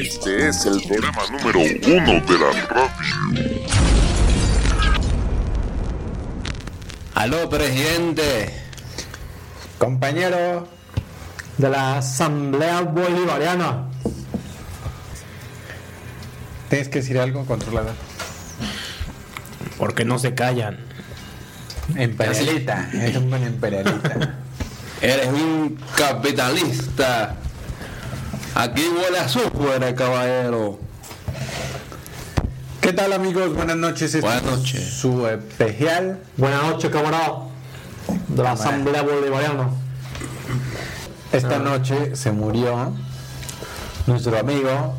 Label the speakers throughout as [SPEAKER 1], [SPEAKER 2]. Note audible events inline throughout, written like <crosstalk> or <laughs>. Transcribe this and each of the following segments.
[SPEAKER 1] Este es el programa número uno de la radio.
[SPEAKER 2] Aló, presidente.
[SPEAKER 3] Compañeros de la Asamblea Bolivariana. Tienes que decir algo controlada.
[SPEAKER 4] Porque no se callan.
[SPEAKER 3] Imperialita. Es un buen imperialista.
[SPEAKER 2] <laughs> Eres un capitalista. Aquí huele a azúcar, caballero.
[SPEAKER 3] ¿Qué tal amigos? Buenas noches. Este
[SPEAKER 2] Buenas
[SPEAKER 3] es
[SPEAKER 2] noches.
[SPEAKER 3] Su especial.
[SPEAKER 5] Buenas noches, camarada. De la Asamblea Bolivariana.
[SPEAKER 4] Ah.
[SPEAKER 3] Esta noche se murió nuestro amigo.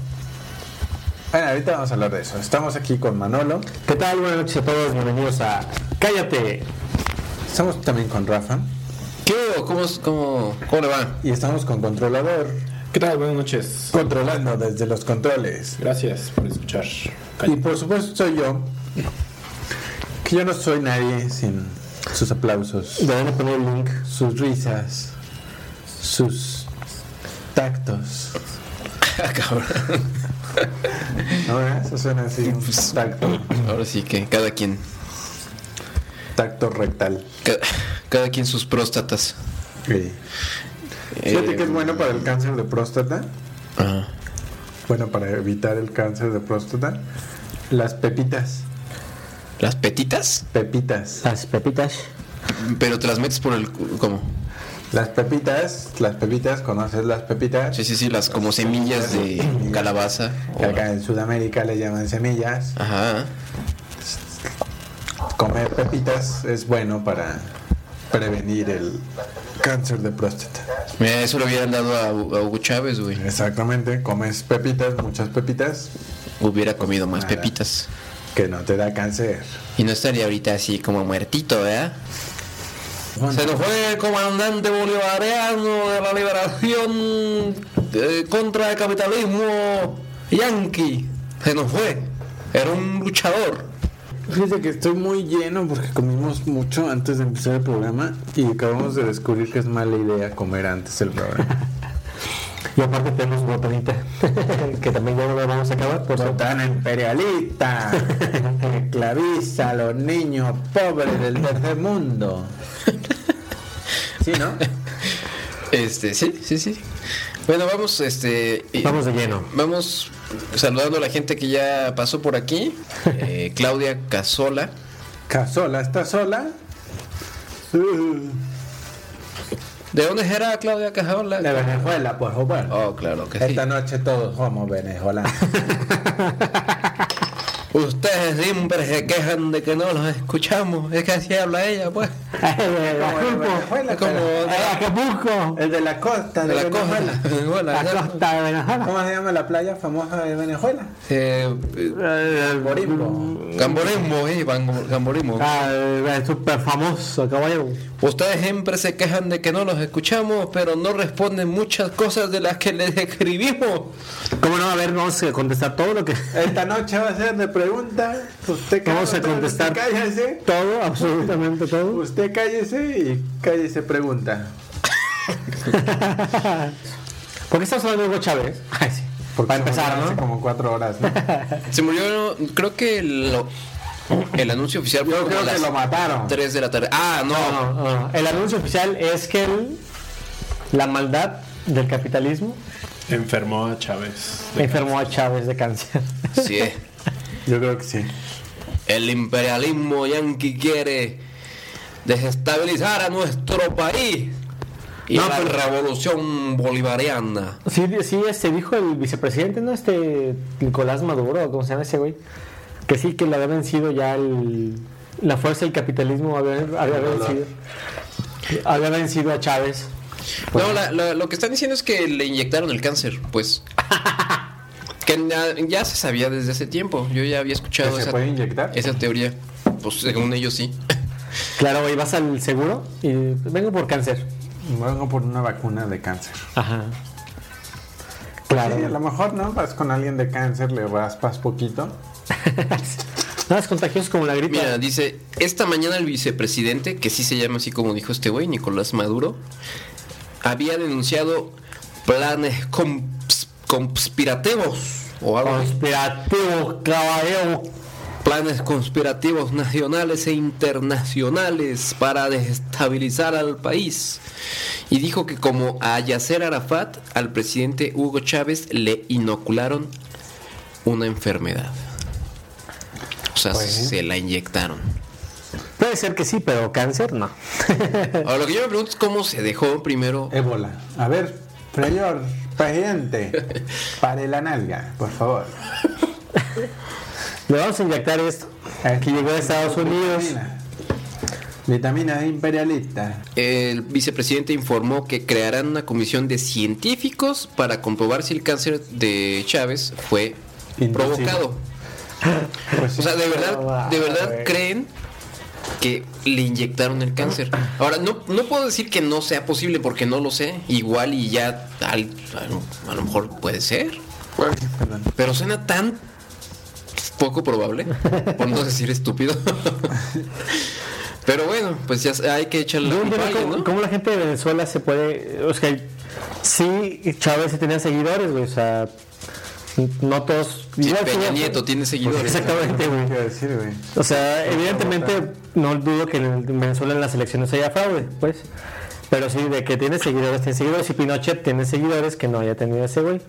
[SPEAKER 3] Bueno, ahorita vamos a hablar de eso. Estamos aquí con Manolo. ah,
[SPEAKER 5] ¿Qué tal? Buenas noches a todos. Bienvenidos a Cállate.
[SPEAKER 3] Estamos también con Rafa.
[SPEAKER 2] ¿Qué? hubo? ¿Cómo, es- cómo, cómo le va?
[SPEAKER 3] Y estamos con Controlador.
[SPEAKER 4] ¿Qué tal? Buenas noches.
[SPEAKER 3] Controlando desde los controles.
[SPEAKER 4] Gracias por escuchar.
[SPEAKER 3] Y por supuesto soy yo. Que yo no soy nadie sin sus aplausos,
[SPEAKER 5] Deberían poner el link.
[SPEAKER 3] sus risas, sus tactos.
[SPEAKER 2] <laughs> Cabrón.
[SPEAKER 3] Ahora eso suena así. un
[SPEAKER 5] Pues,
[SPEAKER 3] Tacto,
[SPEAKER 2] Ahora sí que cada quien.
[SPEAKER 3] tacto rectal.
[SPEAKER 2] ca- Cada, quien sus próstatas. Eh,
[SPEAKER 3] Sí. Fíjate
[SPEAKER 5] Eh,
[SPEAKER 3] que es bueno para el cáncer de próstata.
[SPEAKER 2] Ajá.
[SPEAKER 3] Bueno, para evitar el cáncer de próstata. Las pepitas.
[SPEAKER 2] ¿Las petitas?
[SPEAKER 3] Pepitas.
[SPEAKER 5] Las pepitas.
[SPEAKER 2] Pero te las metes por el. cu- ¿Cómo?
[SPEAKER 3] Las pepitas, las pepitas, ¿conoces las pepitas?
[SPEAKER 2] Sí, sí, sí, las como semillas de calabaza.
[SPEAKER 3] Que
[SPEAKER 2] o-
[SPEAKER 3] acá en Sudamérica le llaman semillas.
[SPEAKER 2] Ajá.
[SPEAKER 3] Comer pepitas es bueno para prevenir el cáncer de próstata.
[SPEAKER 2] Mira, eso lo hubieran dado a, a Hugo Chávez, güey.
[SPEAKER 3] Exactamente, comes pepitas, muchas pepitas,
[SPEAKER 2] Hubiera comido más
[SPEAKER 3] Nada.
[SPEAKER 2] pepitas.
[SPEAKER 3] que no te da cáncer.
[SPEAKER 2] Y no estaría ahorita así como muertito, ¿verdad? Se nos fue el comandante bolivariano de la liberación eh, contra el capitalismo yanqui. Se nos fue. Era un luchador.
[SPEAKER 3] Fíjate que estoy muy lleno porque comimos mucho antes de empezar el programa y acabamos de descubrir que es mala idea comer antes el programa.
[SPEAKER 5] Y aparte tenemos botanita. <laughs> que también ya no la vamos a acabar. Por
[SPEAKER 3] <laughs>
[SPEAKER 5] cierto. <laughs>
[SPEAKER 3] Tan imperialista, <laughs> esclaviza a los niños pobres del tercer <laughs> mundo. ¿Sí, no?
[SPEAKER 2] Este, sí, sí, sí. Bueno, vamos, este. y-
[SPEAKER 5] Vamos de lleno.
[SPEAKER 2] Vamos saludando a la gente que ya pasó por
[SPEAKER 5] <laughs>
[SPEAKER 2] aquí. Eh, Claudia Casola.
[SPEAKER 3] Casola, ¿estás sola?
[SPEAKER 2] ¿De dónde era Claudia Casola?
[SPEAKER 3] De Venezuela, por favor.
[SPEAKER 2] Oh, claro que sí.
[SPEAKER 3] Esta noche todos somos <laughs> venezolanos.
[SPEAKER 2] Ustedes siempre se quejan de que no los escuchamos. Es que así habla ella, pues. Es como de la,
[SPEAKER 5] Eh, Acapulco.
[SPEAKER 3] El de la costa
[SPEAKER 2] de
[SPEAKER 3] de,
[SPEAKER 2] la costa. <laughs>
[SPEAKER 3] Venezuela. <laughs>
[SPEAKER 2] Venezuela,
[SPEAKER 5] La
[SPEAKER 2] ¿no?
[SPEAKER 5] costa de Venezuela.
[SPEAKER 3] ¿Cómo se llama la playa famosa de Venezuela?
[SPEAKER 2] Eh, eh,
[SPEAKER 3] Borimbo.
[SPEAKER 2] gamborismo, eh, van- gamborismo.
[SPEAKER 5] Ah, el súper famoso, caballero.
[SPEAKER 2] Ustedes siempre se quejan de que no los escuchamos, pero no responden muchas cosas de las que les escribimos.
[SPEAKER 5] ¿Cómo no? A ver, vamos a contestar todo lo que.
[SPEAKER 3] Esta noche va a ser de pregunta. Usted
[SPEAKER 5] Vamos a
[SPEAKER 3] cállate,
[SPEAKER 5] contestar.
[SPEAKER 3] Usted cállese.
[SPEAKER 5] <laughs> Todo, absolutamente todo.
[SPEAKER 3] Usted cállese y cállese pregunta.
[SPEAKER 5] ¿Por qué estamos hablando de Hugo Chávez? Ay, sí. Para
[SPEAKER 3] se
[SPEAKER 5] empezar,
[SPEAKER 3] murió
[SPEAKER 5] ¿no?
[SPEAKER 3] Hace como cuatro horas, <laughs> ¿no?
[SPEAKER 2] Se murió, creo que el, el anuncio oficial fue
[SPEAKER 3] Yo
[SPEAKER 2] como
[SPEAKER 3] creo
[SPEAKER 2] a
[SPEAKER 3] que
[SPEAKER 2] las
[SPEAKER 3] lo mataron.
[SPEAKER 2] 3 de la tarde. Ah, no.
[SPEAKER 5] No, no, no. El anuncio oficial es que el- la maldad del capitalismo
[SPEAKER 4] Enfermó a Chávez.
[SPEAKER 5] enfermó a Chávez de cáncer.
[SPEAKER 2] Sí, eh.
[SPEAKER 3] Yo creo que sí.
[SPEAKER 2] el imperialismo yanqui quiere desestabilizar a nuestro país. Y
[SPEAKER 5] No,
[SPEAKER 2] la
[SPEAKER 5] pero-
[SPEAKER 2] revolución bolivariana.
[SPEAKER 5] Sí, sí, este dijo el vicepresidente, ¿no? Este Nicolás Maduro, ¿cómo se llama ese güey? Que sí, que le había vencido ya el- la fuerza del capitalismo, había, había vencido. Había vencido a Chávez.
[SPEAKER 2] No, la- la- lo que están diciendo es que le inyectaron el cáncer, pues. que na- ya se sabía desde hace tiempo. Yo ya había
[SPEAKER 3] ¿Que
[SPEAKER 2] escuchado
[SPEAKER 3] ¿Se
[SPEAKER 2] esa,
[SPEAKER 3] puede inyectar?
[SPEAKER 2] esa teoría. Pues según ellos sí.
[SPEAKER 5] Claro, y vas al seguro y vengo por cáncer.
[SPEAKER 3] Vengo por una vacuna de cáncer.
[SPEAKER 5] Ajá. Claro.
[SPEAKER 3] Sí, a lo mejor, ¿no? Vas con alguien de cáncer, le raspas poquito.
[SPEAKER 5] Nada es contagioso como la gripe.
[SPEAKER 2] Mira, dice, esta mañana el vicepresidente, que sí se llama así como dijo este güey, Nicolás Maduro, había denunciado planes cons- conspirativos o algo así.
[SPEAKER 5] Conspirativo, caballero.
[SPEAKER 2] planes conspirativos nacionales e internacionales para desestabilizar al país. Y dijo que como a Yasser Arafat, al presidente Hugo Chávez le inocularon una enfermedad. O sea, se la inyectaron.
[SPEAKER 5] Puede ser que sí, pero cáncer no.
[SPEAKER 2] Ahora lo que yo me pregunto es cómo se dejó primero.
[SPEAKER 3] Ébola. A ver, señor presidente,
[SPEAKER 2] <laughs>
[SPEAKER 3] pare la nalga, por favor.
[SPEAKER 5] Le vamos a inyectar esto. Aquí llegó de Estados Unidos.
[SPEAKER 3] Vitamina. Vitamina imperialista.
[SPEAKER 2] El vicepresidente informó que crearán una comisión de científicos para comprobar si el cáncer de Chávez fue
[SPEAKER 3] Inducido.
[SPEAKER 2] provocado.
[SPEAKER 3] Pues sí.
[SPEAKER 2] O sea, de
[SPEAKER 5] No
[SPEAKER 2] verdad,
[SPEAKER 5] va,
[SPEAKER 2] de verdad
[SPEAKER 5] güey.
[SPEAKER 2] creen que le inyectaron el cáncer. Ahora, no, no puedo decir que no sea posible porque no lo sé. Igual y ya al- a, lo, a lo mejor puede ser.
[SPEAKER 3] Perdón.
[SPEAKER 2] Pero suena tan poco probable, por no decir
[SPEAKER 5] <laughs>
[SPEAKER 2] estúpido. Pero bueno, pues ya hay que echarle
[SPEAKER 5] Yo
[SPEAKER 2] la
[SPEAKER 5] no
[SPEAKER 2] culpa a
[SPEAKER 5] entiendo
[SPEAKER 2] alguien,
[SPEAKER 5] cómo,
[SPEAKER 2] ¿no?
[SPEAKER 5] cómo la gente de Venezuela se puede. O sea, sí, Chávez sí tenía seguidores, güey. O sea, no todos.
[SPEAKER 2] Sí,
[SPEAKER 5] igual
[SPEAKER 2] Peña
[SPEAKER 5] tenía-
[SPEAKER 2] Nieto tiene seguidores.
[SPEAKER 5] Exactamente, güey.
[SPEAKER 3] ¿Qué decir, güey?
[SPEAKER 5] O sea, evidentemente no dudo que en Venezuela en las elecciones haya fraude, pues. Pero sí, de que tiene seguidores, tiene seguidores. Y Pinochet tiene seguidores que no haya tenido ese güey.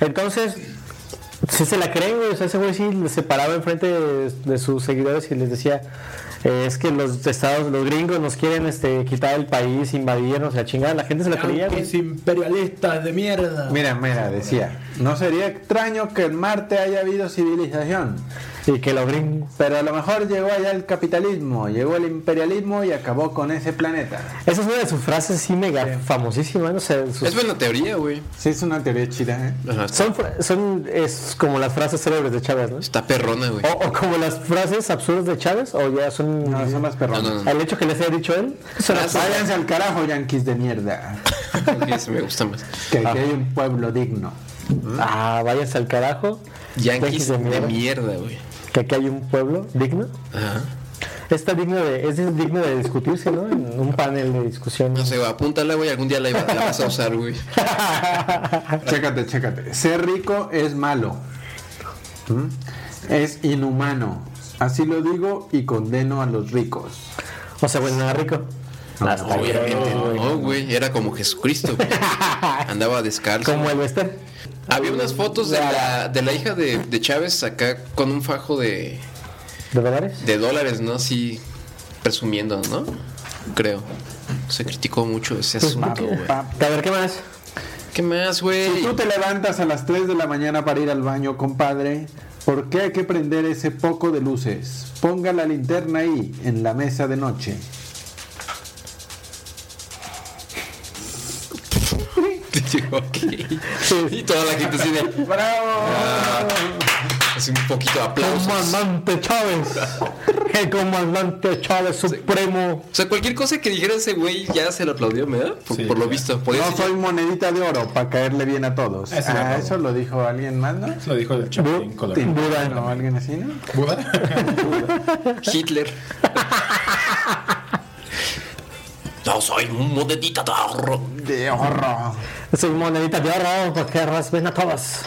[SPEAKER 5] Entonces, sí se la creen, güey. O sea, ese güey sí se paraba enfrente de, de sus seguidores y les decía: eh, Es que los estados, los gringos nos quieren este, quitar el país, invadirnos, la chingada. La gente se la creía, güey.
[SPEAKER 4] imperialistas de mierda.
[SPEAKER 3] Mira, mira, decía, no sería extraño que en Marte haya habido civilización,
[SPEAKER 5] Y que los gringos.
[SPEAKER 3] pero a lo mejor llegó allá el capitalismo, llegó el imperialismo y acabó con ese planeta.
[SPEAKER 5] Esa es una de sus frases, sí, mega famosísima. No sé, sus-
[SPEAKER 2] Es buena teoría, güey.
[SPEAKER 3] Sí, es una teoría chida, ¿eh?
[SPEAKER 2] Ajá,
[SPEAKER 5] son, fra- son es como las frases célebres de Chávez, ¿no?
[SPEAKER 2] Está perrona, güey.
[SPEAKER 5] O, o como las frases absurdas de Chávez, o ya son.
[SPEAKER 3] No, son las perronas.
[SPEAKER 2] No, no, no.
[SPEAKER 5] El hecho que les haya dicho él.
[SPEAKER 2] Ah, sí.
[SPEAKER 3] Váyanse al carajo, yanquis de mierda.
[SPEAKER 2] <laughs> Ok, ese me gusta más.
[SPEAKER 3] Que aquí hay un pueblo digno.
[SPEAKER 5] Ah, váyanse al carajo.
[SPEAKER 2] Yankees
[SPEAKER 5] Déjense
[SPEAKER 2] de
[SPEAKER 5] mierda,
[SPEAKER 2] mierda, güey.
[SPEAKER 5] Que aquí hay un pueblo digno.
[SPEAKER 2] Ajá.
[SPEAKER 5] Está digno de, es digno de discutirse, ¿no? En un panel de discusión.
[SPEAKER 2] No sé, güey, apúntala, güey. Algún día la, iba- la vas a usar, güey.
[SPEAKER 5] <laughs>
[SPEAKER 3] Chécate, chécate. Ser rico es malo. ¿Mm? Es inhumano. Así lo digo y condeno a los ricos.
[SPEAKER 5] O sea, bueno, nada rico.
[SPEAKER 3] No,
[SPEAKER 2] Obviamente no, güey. Era como Jesucristo,
[SPEAKER 5] <laughs>
[SPEAKER 2] güey. Andaba descalzo.
[SPEAKER 5] Como el Wester.
[SPEAKER 2] Había unas fotos de la, de la hija de, de Chávez acá con un fajo de,
[SPEAKER 5] ¿De dólares?
[SPEAKER 2] de dólares, ¿no? Así presumiendo, ¿no? Creo. Se criticó mucho ese
[SPEAKER 3] Pues,
[SPEAKER 2] asunto, güey.
[SPEAKER 3] Pa-
[SPEAKER 5] Ah, A ver, ¿qué más?
[SPEAKER 2] ¿Qué más, güey?
[SPEAKER 3] Si
[SPEAKER 2] <laughs>
[SPEAKER 3] tú te levantas a las 3 de la mañana para ir al baño, compadre, ¿por qué hay que prender ese poco de luces? Ponga la linterna ahí, en la mesa de noche.
[SPEAKER 2] Ok. Y toda la gente así de.
[SPEAKER 3] ¡Bravo!
[SPEAKER 2] Así un poquito de aplausos. <laughs>
[SPEAKER 5] Comandante Chávez. El comandante Chávez supremo.
[SPEAKER 2] O sea, cualquier cosa que dijera ese güey ya se lo aplaudió, ¿verdad? Por,
[SPEAKER 4] Sí,
[SPEAKER 2] por lo
[SPEAKER 4] ya.
[SPEAKER 2] visto. Podía
[SPEAKER 3] No
[SPEAKER 2] decir-
[SPEAKER 3] soy monedita de oro para caerle bien a todos.
[SPEAKER 4] Eso lo
[SPEAKER 3] Ah,
[SPEAKER 4] acabo.
[SPEAKER 3] eso lo dijo alguien más, ¿no?
[SPEAKER 4] Lo dijo el Chapulín Colorado.
[SPEAKER 3] Buda, ¿no? ¿Alguien así, no?
[SPEAKER 2] Hitler. No soy un monedita de oro.
[SPEAKER 3] De oro.
[SPEAKER 5] Soy monedita de oro, porque raspen a todas.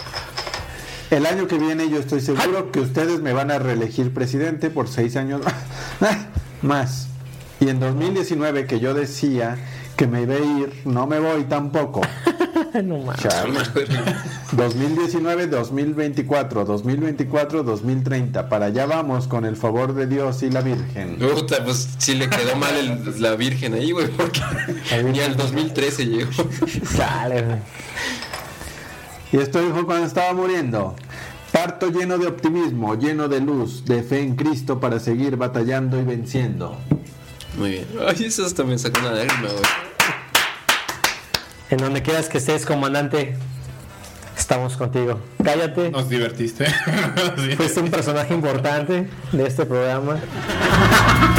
[SPEAKER 3] El año que viene yo estoy seguro que ustedes me van a reelegir presidente por seis años más. <laughs> Y en 2019 que yo decía que me iba a ir, no me voy tampoco.
[SPEAKER 5] <laughs> No mames.
[SPEAKER 3] Chale.
[SPEAKER 2] <laughs>
[SPEAKER 3] 2019, 2024, 2024, 2030. Para allá vamos con el favor de Dios y la Virgen.
[SPEAKER 2] Puta, pues sí le quedó mal el- la virgen ahí, güey, porque ni al 2013 llegó.
[SPEAKER 5] Chale, güey.
[SPEAKER 3] Y esto dijo cuando estaba muriendo. Parto lleno de optimismo, lleno de luz, de fe en Cristo para seguir batallando y venciendo.
[SPEAKER 2] Muy bien. Ay, eso hasta me sacó una lágrima, güey.
[SPEAKER 5] En donde quieras que estés, comandante, estamos contigo. Cállate,
[SPEAKER 4] <laughs> Nos divertiste. Sí.
[SPEAKER 5] fuiste un personaje importante de este programa.